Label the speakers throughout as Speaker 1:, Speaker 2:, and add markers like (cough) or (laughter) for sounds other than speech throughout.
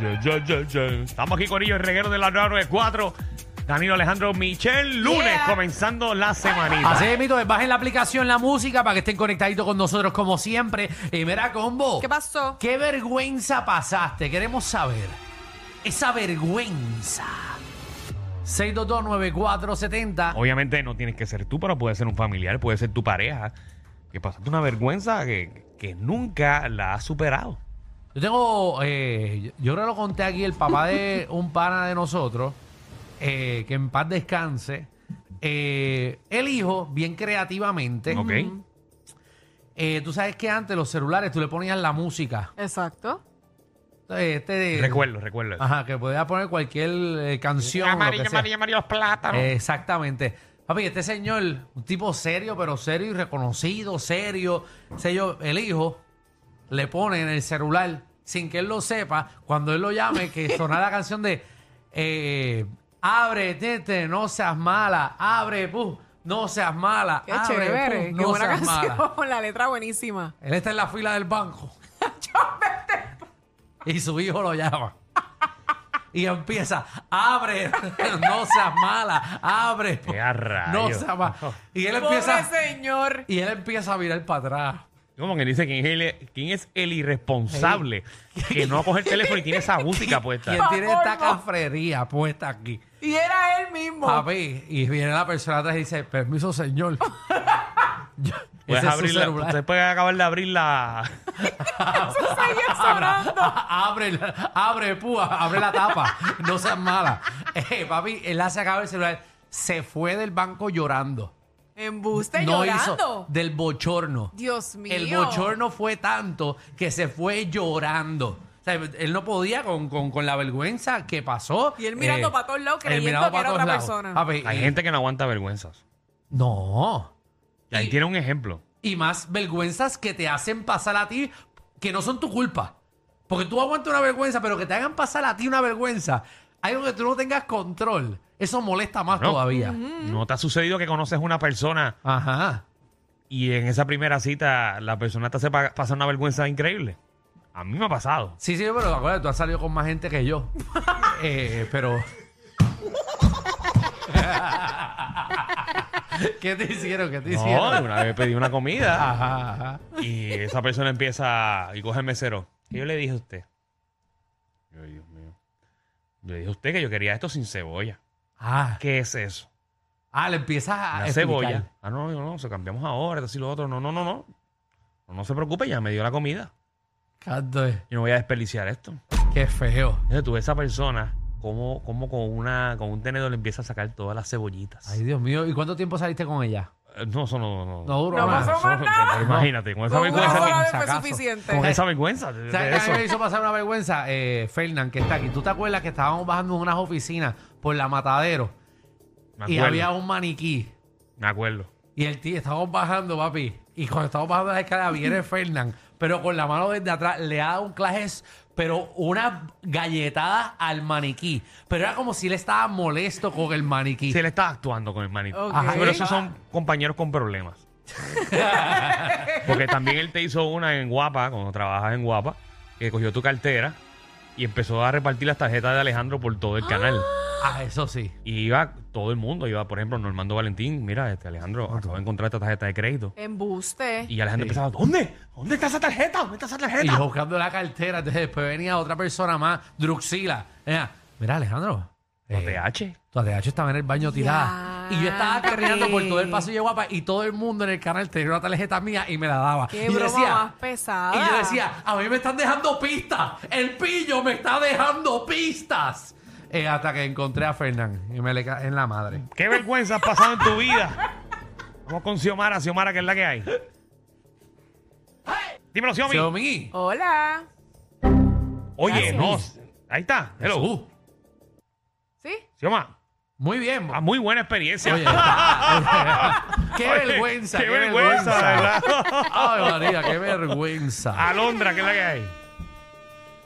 Speaker 1: Ye, ye, ye, ye. Estamos aquí con ellos, el reguero de la 994. Danilo Alejandro Michel, lunes
Speaker 2: Yeah.
Speaker 1: comenzando la semanita.
Speaker 3: Así es, mito, bajen la aplicación La Música para que estén conectaditos con nosotros como siempre. Y mira, Combo,
Speaker 2: ¿Qué pasó?
Speaker 3: ¿qué vergüenza pasaste? Queremos saber. Esa vergüenza. 6229470.
Speaker 1: Obviamente no tienes que ser tú, pero puede ser un familiar, puede ser tu pareja. Que pasaste una vergüenza que, que nunca la has superado.
Speaker 3: Yo tengo, eh, yo- yo creo que lo conté aquí, el papá
Speaker 2: (laughs)
Speaker 3: de un pana de nosotros, eh, que en paz descanse, eh, el hijo, bien creativamente,
Speaker 1: ¿Ok?
Speaker 3: eh, tú sabes que antes los celulares tú le ponías la música.
Speaker 2: Exacto.
Speaker 3: Entonces, Este,
Speaker 1: Recuerdo, recuerdo. eso.
Speaker 3: Ajá, que podía poner cualquier eh, canción. o lo
Speaker 1: Amarillo,
Speaker 3: que sea.
Speaker 1: amarillo, amarillo, los plátanos.
Speaker 3: Eh, exactamente. Papi, este señor, un tipo serio, pero serio y reconocido, serio. Sé yo, el hijo le pone en el celular, sin que él lo sepa, cuando él lo llame,
Speaker 1: (laughs)
Speaker 3: que sonara la canción de eh, Abre, tete, no seas mala, abre, pu, no seas mala.
Speaker 2: Qué
Speaker 3: abre,
Speaker 2: chévere.
Speaker 3: pu,
Speaker 2: Eh, Qué
Speaker 3: no
Speaker 2: buena
Speaker 3: seas
Speaker 2: canción.
Speaker 3: mala.
Speaker 2: (laughs) La letra buenísima.
Speaker 3: Él está en la fila del banco. y su hijo lo llama. Y empieza, abre, (laughs) no seas mala, abre.
Speaker 1: ¡Qué a rayos!
Speaker 3: no seas mala. Y él empieza,
Speaker 2: Pobre señor.
Speaker 3: y él empieza a mirar para atrás.
Speaker 1: Como que dice quién es el, quién es el irresponsable que no coge el teléfono y tiene
Speaker 3: (laughs)
Speaker 1: esa música
Speaker 3: Y
Speaker 1: puesta.
Speaker 3: él tiene
Speaker 2: Pa'
Speaker 3: esta
Speaker 2: colmo.
Speaker 3: cafrería puesta aquí.
Speaker 2: Y era él mismo.
Speaker 3: Papi, y viene la persona atrás y dice,
Speaker 1: (laughs)
Speaker 3: permiso, señor. Yo-
Speaker 1: Puedes
Speaker 3: ese es su
Speaker 1: abrir la-
Speaker 3: celular.
Speaker 1: usted puede acabar de abrir la.
Speaker 2: Eso
Speaker 3: (laughs)
Speaker 2: seguía
Speaker 3: Abra-
Speaker 2: sonando.
Speaker 3: a- abre, la- abre, púa, abre la tapa. No seas mala. Eh, papi, él ha sacado el celular. Se fue del banco llorando.
Speaker 2: Embuste
Speaker 3: no hizo
Speaker 2: llorando.
Speaker 3: del bochorno.
Speaker 2: Dios mío.
Speaker 3: El bochorno fue tanto que se fue llorando. O sea, él no podía con, con- con la vergüenza que pasó. Eh,
Speaker 2: Y él mirando pa' todos lados,
Speaker 3: él
Speaker 2: creyendo
Speaker 3: mirando
Speaker 2: que
Speaker 3: pa'
Speaker 2: era
Speaker 3: todos
Speaker 2: otra
Speaker 3: lados.
Speaker 2: persona.
Speaker 3: Papi,
Speaker 1: Hay
Speaker 3: y-
Speaker 1: gente que no aguanta vergüenzas.
Speaker 3: No.
Speaker 1: Y ahí tiene un ejemplo.
Speaker 3: y más vergüenzas que te hacen pasar a ti que no son tu culpa. Porque tú aguantas una vergüenza, pero que te hagan pasar a ti una vergüenza, algo que tú no tengas control, eso molesta más
Speaker 1: No.
Speaker 3: todavía.
Speaker 1: ¿No te ha sucedido que conoces una persona
Speaker 3: Ajá.
Speaker 1: y en esa primera cita la persona te hace pa- pasar una vergüenza increíble? A mí me ha pasado.
Speaker 3: Sí, sí, pero acuérdate, tú has salido con más gente que yo. (laughs) Eh, pero. (laughs) ¿Qué te hicieron? ¿Qué te
Speaker 1: No,
Speaker 3: hicieron?
Speaker 1: una vez pedí una
Speaker 3: (laughs)
Speaker 1: comida
Speaker 3: Ajá, ajá.
Speaker 1: y esa persona empieza y coge el mesero. ¿Qué yo le dije a usted? Yo, Dios mío. Le dije a usted que yo quería esto sin cebolla.
Speaker 3: Ah,
Speaker 1: ¿Qué es eso?
Speaker 3: ah, le empiezas a.
Speaker 1: La
Speaker 3: explicar.
Speaker 1: cebolla. Ah, no, no, no, se cambiamos ahora, esto y lo otro. No, no, no, no. No, no se preocupe, ya me dio la comida.
Speaker 3: Canto, eh.
Speaker 1: Yo no voy a desperdiciar esto.
Speaker 3: Qué feo.
Speaker 1: Entonces tú ves a esa persona como, como con, una, con un tenedor le empieza a sacar todas las cebollitas.
Speaker 3: Ay, Dios mío. ¿y cuánto tiempo saliste con ella?
Speaker 1: Eh, No, eso no... No,
Speaker 3: No duró
Speaker 2: No
Speaker 3: nada.
Speaker 2: pasó más
Speaker 1: eso-
Speaker 2: nada.
Speaker 1: pero Imagínate, con esa
Speaker 2: Con una
Speaker 1: vergüenza...
Speaker 2: sola
Speaker 1: que-
Speaker 2: vez fue
Speaker 3: Sacazo.
Speaker 2: suficiente.
Speaker 1: Con esa vergüenza. de- de
Speaker 3: ¿Sabes qué a
Speaker 1: eso.
Speaker 3: mí me hizo pasar una vergüenza? Eh, Fernán, que está aquí. ¿Tú te acuerdas que estábamos bajando en unas oficinas por la Matadero
Speaker 1: Me
Speaker 3: y
Speaker 1: acuerdo.
Speaker 3: había un maniquí?
Speaker 1: Me acuerdo.
Speaker 3: Y el tío, estábamos bajando, papi. Y cuando estábamos bajando la
Speaker 1: (laughs)
Speaker 3: escalera, viene Fernán, pero con la mano desde atrás le ha dado un clajes, pero una galletada al maniquí. Pero era como si él estaba molesto con el maniquí.
Speaker 1: Sí, él estaba actuando con el manito.
Speaker 2: Ok.
Speaker 1: Ajá, pero esos son compañeros con
Speaker 2: (laughs)
Speaker 1: problemas. Porque también él te hizo una en Guapa, cuando trabajas en Guapa, que cogió tu cartera y empezó a repartir las tarjetas de Alejandro por todo el canal.
Speaker 3: Ah, eso sí.
Speaker 1: Y iba todo el mundo, iba, por ejemplo, Normando Valentín, mira, este Alejandro, acabo de encontrar esta tarjeta de crédito.
Speaker 2: Embuste.
Speaker 1: Y Alejandro empezaba, ¿dónde? ¿Dónde está esa tarjeta? ¿Dónde está esa tarjeta?
Speaker 3: Y yo buscando la cartera. Entonces después venía otra persona más, Druxila. Era, Mira, Alejandro.
Speaker 1: No
Speaker 3: eh,
Speaker 1: te hache.
Speaker 3: Tu ATH estaba en el baño tirada.
Speaker 2: Ya,
Speaker 3: Y yo estaba
Speaker 2: hombre.
Speaker 3: caminando por todo el pasillo guapa y todo el mundo en el canal tenía una tarjeta mía y me la daba.
Speaker 2: Qué
Speaker 3: y yo
Speaker 2: broma
Speaker 3: decía,
Speaker 2: más pesada.
Speaker 3: Y yo decía, a mí me están dejando pistas. El pillo me está dejando pistas. Eh, hasta que encontré a Fernán y me le ca- en la madre.
Speaker 1: ¿Qué vergüenza has pasado en tu vida? Vamos con Xiomara, Xiomara, que es la que hay. Dímelo, Xiomi.
Speaker 3: Xiaomi.
Speaker 2: Hola.
Speaker 1: Oye, no,
Speaker 2: Gracias.
Speaker 1: Ahí está. Hello. Uh,
Speaker 3: Jesús.
Speaker 2: ¿Sí?
Speaker 1: Xioma.
Speaker 3: Muy bien.
Speaker 1: (laughs) Ah, muy buena experiencia.
Speaker 3: Oye, está- (laughs)
Speaker 1: (laughs)
Speaker 3: qué
Speaker 1: Oye,
Speaker 3: vergüenza.
Speaker 1: Qué, vergüenza, de verdad. Ah,
Speaker 3: Ay, María, qué vergüenza.
Speaker 1: Alondra, ¿qué es la que hay?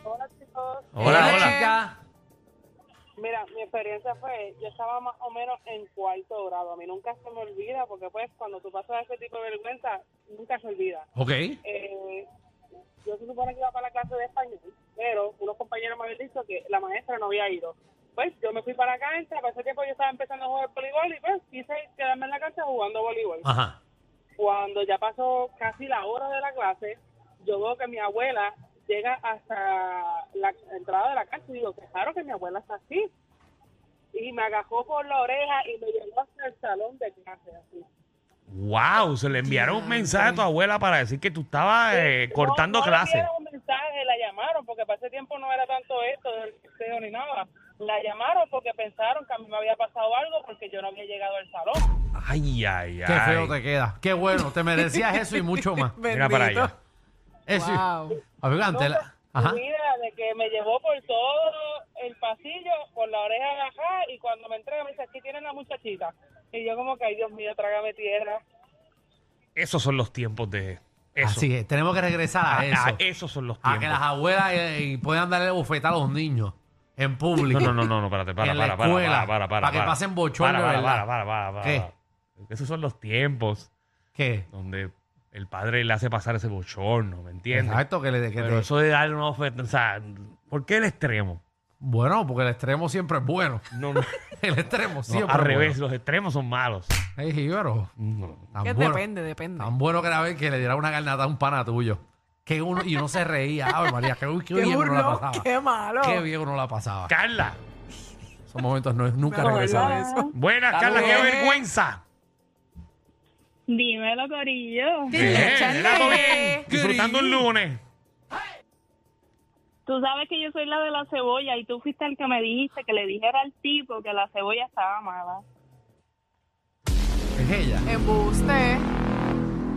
Speaker 4: Hola chicos.
Speaker 1: Hola,
Speaker 2: Hola.
Speaker 1: hola.
Speaker 3: chica.
Speaker 4: Mira, mi experiencia fue, yo estaba más o menos en cuarto grado. A mí nunca se me olvida porque pues cuando tú pasas ese tipo de vergüenza, nunca se olvida.
Speaker 3: Ok.
Speaker 4: Eh, yo se supone que iba para la clase de español, pero unos compañeros me habían dicho que la maestra no había ido. Pues yo me fui para la cancha, para ese tiempo yo estaba empezando a jugar voleibol y pues quise quedarme en la cancha jugando voleibol.
Speaker 3: Ajá.
Speaker 4: cuando ya pasó casi la hora de la clase, yo veo que mi abuela llega hasta la entrada de la casa y digo, qué raro que mi abuela está así. Y me agajó por la oreja y me llevó hasta el salón de clase. Así.
Speaker 1: Wow, se le enviaron un mensaje a tu abuela para decir que tú estabas eh, cortando
Speaker 4: No, no le
Speaker 1: clases.
Speaker 4: dieron un mensaje, la llamaron, porque para ese tiempo no era tanto esto del sexo ni nada. La llamaron porque pensaron que a mí me había pasado algo porque yo no había llegado al salón.
Speaker 1: Ay, ay, ay.
Speaker 3: Qué feo te queda. Qué bueno. Te merecías eso
Speaker 1: (laughs)
Speaker 3: y mucho más.
Speaker 1: Mira para allá.
Speaker 3: Eso. y-
Speaker 2: Wow.
Speaker 3: A ver, ante la- Ajá.
Speaker 4: Mira, de que me llevó por todo el pasillo, por la oreja agajada, y cuando me entrega me dice, aquí tienen la muchachita. Y yo como que, ay Dios mío, trágame tierra.
Speaker 1: Esos son los tiempos de eso.
Speaker 3: Así es. Tenemos que regresar a
Speaker 1: Ah,
Speaker 3: eso.
Speaker 1: ah, esos son los
Speaker 3: A que las
Speaker 1: tiempos.
Speaker 3: abuelas eh, eh, puedan darle bofetar a los niños en público.
Speaker 1: No, no, no, no, no, espérate, para,
Speaker 3: En la
Speaker 1: para, para,
Speaker 3: escuela,
Speaker 1: para, para, para,
Speaker 3: para que
Speaker 1: para.
Speaker 3: pasen bochorno,
Speaker 1: Para, para,
Speaker 3: ¿verdad?
Speaker 1: para, para, para,
Speaker 3: ¿Qué?
Speaker 1: para. Esos son los tiempos
Speaker 3: ¿Qué?
Speaker 1: donde el padre le hace pasar ese bochorno, ¿me entiendes?
Speaker 3: Exacto, que le que
Speaker 1: Pero
Speaker 3: te-
Speaker 1: eso de darle una oferta, o sea, ¿por qué el extremo?
Speaker 3: Bueno, porque el extremo siempre es bueno. (laughs)
Speaker 1: No, no, no,
Speaker 3: El extremo siempre.
Speaker 1: al
Speaker 3: es
Speaker 1: revés, los extremos son malos.
Speaker 3: Bueno. Ey, Jíbaro,
Speaker 1: No.
Speaker 3: tan,
Speaker 2: Que
Speaker 3: bueno,
Speaker 2: depende, depende.
Speaker 3: tan bueno que era ver que le diera una garnata a un pana tuyo. Que uno, y uno
Speaker 1: (laughs)
Speaker 3: se reía. Ave María, qué, qué,
Speaker 2: Qué
Speaker 3: bien uno la
Speaker 2: burlón,
Speaker 3: pasaba.
Speaker 2: qué malo.
Speaker 3: Qué bien uno la pasaba.
Speaker 1: Carla,
Speaker 3: Esos momentos no, nunca
Speaker 2: Me
Speaker 3: regresaron.
Speaker 2: acordaba de eso.
Speaker 1: buenas, Carla, qué
Speaker 2: Saludos.
Speaker 1: vergüenza.
Speaker 4: Dímelo, Corillo.
Speaker 1: Bien,
Speaker 2: Chale.
Speaker 1: la hago bien, disfrutando el lunes.
Speaker 4: Tú sabes que yo soy la de la cebolla y tú fuiste el que me dijiste que le dijera al tipo que la cebolla estaba mala.
Speaker 3: Es ella.
Speaker 2: Embuste.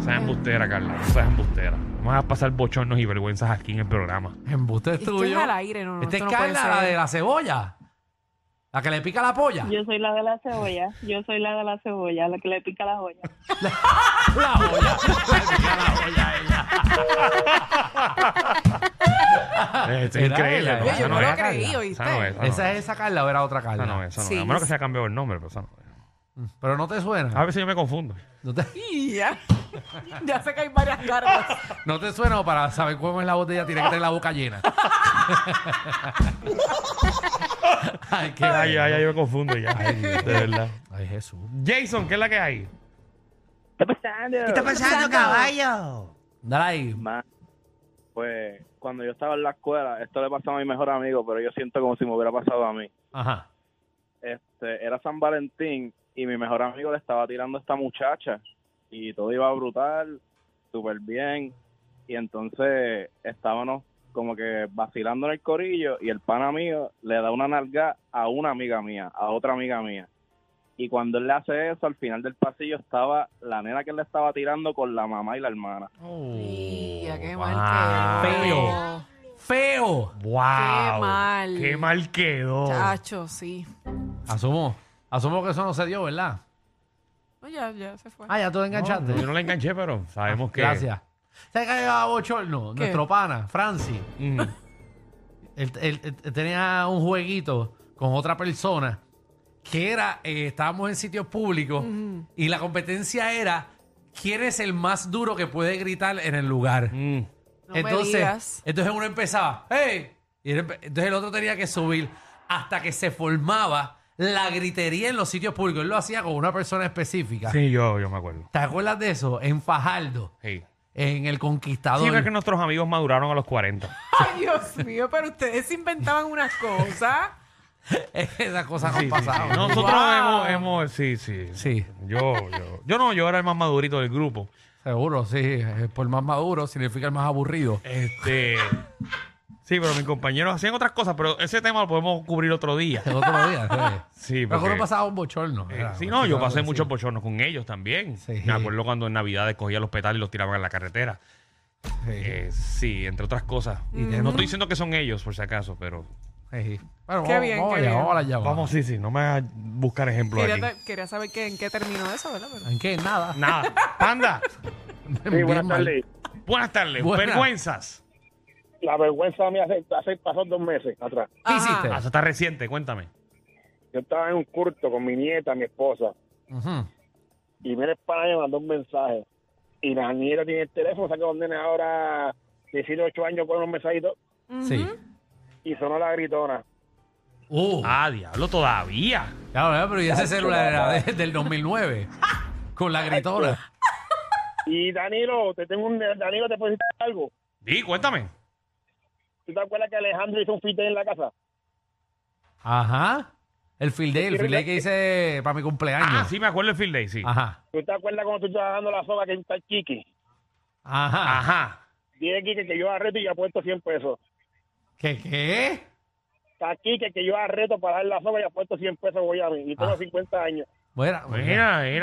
Speaker 1: Seas embustera, Carla, no seas embustera. Vamos a pasar bochornos y vergüenzas aquí en el programa.
Speaker 3: Embuste es
Speaker 2: Esto
Speaker 3: tuyo.
Speaker 2: es al aire, no, no,
Speaker 3: Esta Este es
Speaker 2: esto no puede
Speaker 3: Carla, la
Speaker 2: ser.
Speaker 3: de la cebolla. La que le pica la polla.
Speaker 4: Yo soy la de la cebolla. Yo soy la de la cebolla, la que le pica la joya.
Speaker 3: (laughs) La
Speaker 1: (laughs)
Speaker 3: olla. la olla ella.
Speaker 1: Es,
Speaker 3: Era
Speaker 1: increíble.
Speaker 3: ella,
Speaker 1: ¿no?
Speaker 3: ella.
Speaker 1: Esa
Speaker 3: Yo
Speaker 1: no
Speaker 2: no
Speaker 1: es
Speaker 2: lo
Speaker 1: Carla,
Speaker 2: creí,
Speaker 1: esa
Speaker 2: ¿oíste?
Speaker 1: no es, esa no
Speaker 3: ¿Esa es esa Carla o era otra
Speaker 1: Esa
Speaker 3: Carla?
Speaker 1: no eh. es, esa no es.
Speaker 2: Sí.
Speaker 1: A menos que se haya cambiado el nombre, pero esa no es.
Speaker 3: Pero no te
Speaker 1: A
Speaker 3: suena.
Speaker 1: veces yo me confundo.
Speaker 3: No te,
Speaker 2: Y (laughs) ya. ya sé que hay varias cargas.
Speaker 3: no te suena o para saber cómo es la botella tiene que tener la boca
Speaker 1: (laughs)
Speaker 3: llena. ay, qué
Speaker 1: Ay,
Speaker 3: bueno.
Speaker 1: ay, ay, yo me confundo ya. de verdad.
Speaker 3: Ay, Jesús.
Speaker 1: Jason, ¿qué es la que hay?
Speaker 5: ¿Qué está pasando?
Speaker 2: pasando,
Speaker 1: caballo?
Speaker 3: Dale ahí.
Speaker 5: Ma, pues cuando yo estaba en la escuela, esto le pasó a mi mejor amigo, pero yo siento como si me hubiera pasado a mí.
Speaker 3: Ajá.
Speaker 5: Este, era San Valentín y mi mejor amigo le estaba tirando a esta muchacha y todo iba brutal, súper bien. Y entonces estábamos como que vacilando en el corillo y el pana mío le da una nalga a una amiga mía, a otra amiga mía. Y cuando él le hace eso, al final del pasillo estaba la nena que él le estaba tirando con la mamá y la hermana.
Speaker 2: Y ya, qué mal
Speaker 1: Oh, Wow.
Speaker 2: quedó.
Speaker 3: Feo.
Speaker 1: ¡Wow!
Speaker 2: Qué mal.
Speaker 1: ¡Qué mal quedó!
Speaker 2: Chacho, sí.
Speaker 3: Asumo. Asumo que eso no se dio, ¿verdad?
Speaker 2: No, ya, ya se fue.
Speaker 3: Ah, ya tú te enganchaste.
Speaker 1: No, yo no la enganché, pero sabemos que.
Speaker 3: Gracias. Se cayó a bochorno.
Speaker 2: ¿Qué?
Speaker 3: Nuestro pana, Francis.
Speaker 1: Mm.
Speaker 3: él, él- él tenía un jueguito con otra persona que era, eh, estábamos en sitios públicos y la competencia era quién es el más duro que puede gritar en el lugar.
Speaker 1: Mm.
Speaker 2: No
Speaker 3: entonces,
Speaker 2: me digas.
Speaker 3: entonces uno empezaba, ¡hey! Y él empe- entonces el otro tenía que subir hasta que se formaba la gritería en los sitios públicos. Él lo hacía con una persona específica.
Speaker 1: Sí, yo, yo me acuerdo.
Speaker 3: ¿Te acuerdas de eso? En Fajardo,
Speaker 1: Sí.
Speaker 3: en El
Speaker 1: Sí,
Speaker 3: Conquistador.
Speaker 1: pero es que nuestros amigos maduraron a los 40.
Speaker 2: Ay, Dios mío, pero ustedes se inventaban unas cosas.
Speaker 3: (laughs) Esas cosas no
Speaker 1: Sí,
Speaker 3: han
Speaker 1: sí, sí.
Speaker 3: pasado.
Speaker 1: Nosotros
Speaker 2: Wow.
Speaker 1: hemos, hemos. Sí, sí.
Speaker 3: Sí.
Speaker 1: Yo, yo. Yo no, yo era el más madurito del grupo.
Speaker 3: Seguro, sí. Eh, Por más maduro significa el más
Speaker 1: (laughs)
Speaker 3: aburrido.
Speaker 1: Este. Sí, pero mis compañeros hacían otras cosas, pero ese tema lo podemos cubrir otro día.
Speaker 3: El otro día, sí.
Speaker 1: Sí,
Speaker 3: Pero
Speaker 1: porque-
Speaker 3: uno pasaba un bochorno.
Speaker 1: Eh,
Speaker 3: era,
Speaker 1: sí, no, yo
Speaker 3: algo
Speaker 1: pasé
Speaker 3: así.
Speaker 1: muchos bochornos con ellos también.
Speaker 3: Sí.
Speaker 1: Me acuerdo cuando en Navidades cogía los petales y los tiraban en la carretera.
Speaker 3: Sí.
Speaker 1: Eh, sí, entre otras cosas. No estoy diciendo que son ellos, por si acaso, pero
Speaker 3: Ey. Bueno,
Speaker 2: Qué
Speaker 3: vamos,
Speaker 2: bien,
Speaker 3: vamos
Speaker 2: qué
Speaker 3: allá,
Speaker 2: bien.
Speaker 3: vamos a la llamada.
Speaker 1: Vamos, sí, sí, no me hagas buscar ejemplos
Speaker 2: Quería,
Speaker 1: aquí.
Speaker 2: ta- quería saber que, en qué terminó eso, ¿verdad? Pero-
Speaker 3: ¿En qué? Nada.
Speaker 1: Nada. Panda,
Speaker 5: Sí,
Speaker 3: Bien
Speaker 5: buenas
Speaker 3: mal.
Speaker 5: tardes.
Speaker 1: buenas tardes.
Speaker 3: Buenas.
Speaker 1: Vergüenzas.
Speaker 5: La vergüenza mía hace, hace pasó dos meses atrás.
Speaker 3: ¿Qué
Speaker 2: Ajá.
Speaker 3: hiciste?
Speaker 1: Ah, eso está reciente, cuéntame.
Speaker 5: Yo estaba en un curto con mi nieta, mi esposa,
Speaker 3: Ujú.
Speaker 5: y mira el pana me mandó un mensaje. Y la nieta tiene el teléfono, saca donde nene ahora 18 años con unos mensajitos,
Speaker 3: Sí.
Speaker 5: y sonó la gritona.
Speaker 3: Uh,
Speaker 1: Ah, diablo, todavía.
Speaker 3: claro, ¿verdad? pero ¿y ese celular era de-
Speaker 1: (laughs)
Speaker 3: del 2009? Con la gritora.
Speaker 5: Y Danilo, te tengo un Danilo, te puedo decir algo.
Speaker 1: Di, cuéntame.
Speaker 5: ¿Tú te acuerdas que Alejandro hizo un fit day en la casa?
Speaker 3: Ajá. El field day, el field day que hice para mi cumpleaños.
Speaker 1: Ah, sí, me acuerdo del Field Day, sí.
Speaker 3: Ajá.
Speaker 5: ¿Tú te acuerdas cuando tú estabas dando la soga que está el Kiki?
Speaker 3: Ajá.
Speaker 1: Ajá.
Speaker 5: Dile Kike que yo arreto y yo apuesto 100 pesos.
Speaker 3: ¿Qué qué?
Speaker 5: Está Kike que yo arreto para dar la soga y apuesto 100 pesos voy a mí. Y tengo
Speaker 3: Ah.
Speaker 5: 50 años.
Speaker 3: Bueno,
Speaker 1: Pues Mira, mira.
Speaker 3: Ah,
Speaker 1: eh.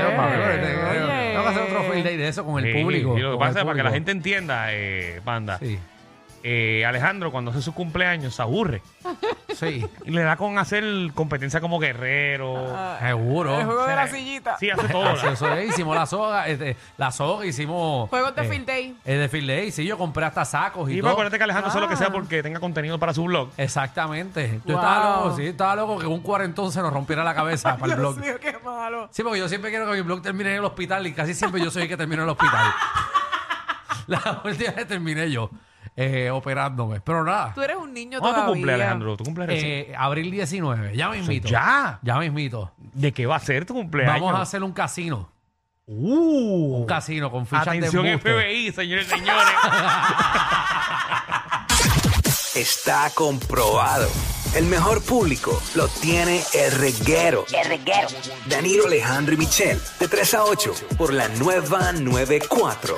Speaker 3: yo, Pablo,
Speaker 2: Oye.
Speaker 3: este, creo- Tengo que hacer otro field day de eso con el
Speaker 1: Sí,
Speaker 3: público.
Speaker 1: sí, lo que
Speaker 3: con el
Speaker 1: pasa es para que la
Speaker 3: público.
Speaker 1: gente entienda, eh, Panda.
Speaker 3: Sí,
Speaker 1: eh, Alejandro, cuando hace su cumpleaños, se aburre.
Speaker 3: sí,
Speaker 1: Y le da con hacer competencia como guerrero.
Speaker 2: Ah, el
Speaker 3: seguro.
Speaker 2: juego de la sillita.
Speaker 1: Sí, hace todo.
Speaker 3: Así eso es, hicimos la soga, este, la soga, hicimos...
Speaker 2: Juegos de
Speaker 3: eh,
Speaker 2: field day.
Speaker 3: eh, de field day, sí, yo compré hasta sacos y,
Speaker 1: Y pues,
Speaker 3: todo.
Speaker 1: acuérdate que Alejandro hace lo que sea
Speaker 2: Ah.
Speaker 1: porque tenga contenido para su blog.
Speaker 3: Exactamente. Yo
Speaker 2: Wow.
Speaker 3: estaba loco, sí, estaba loco que un cuarentón se nos rompiera la
Speaker 2: (laughs)
Speaker 3: cabeza para el blog.
Speaker 2: Dios mío, qué malo.
Speaker 3: Sí, porque yo siempre quiero que mi blog termine en el hospital y casi siempre yo soy el que termina en el
Speaker 2: (laughs)
Speaker 3: hospital. la última vez terminé yo eh, operándome. Pero nada,
Speaker 2: Tú eres un niño
Speaker 1: ¿Cuándo
Speaker 2: todavía.
Speaker 1: tú cumples, Alejandro? ¿Tú cumples recién?
Speaker 3: eh, abril 19, ya
Speaker 1: O
Speaker 3: me
Speaker 1: sea,
Speaker 3: invito.
Speaker 1: ya.
Speaker 3: Ya me invito.
Speaker 1: ¿De qué va a ser tu cumpleaños?
Speaker 3: Vamos a hacer un casino.
Speaker 1: Uh.
Speaker 3: Un casino con fichas
Speaker 1: Atención
Speaker 3: de embuste.
Speaker 1: FBI, señores y
Speaker 3: (laughs)
Speaker 1: señores.
Speaker 6: Está comprobado. El mejor público lo tiene el reguero. El reguero. Danilo Alejandro y Michel, de 3 a 8, por la nueva 94.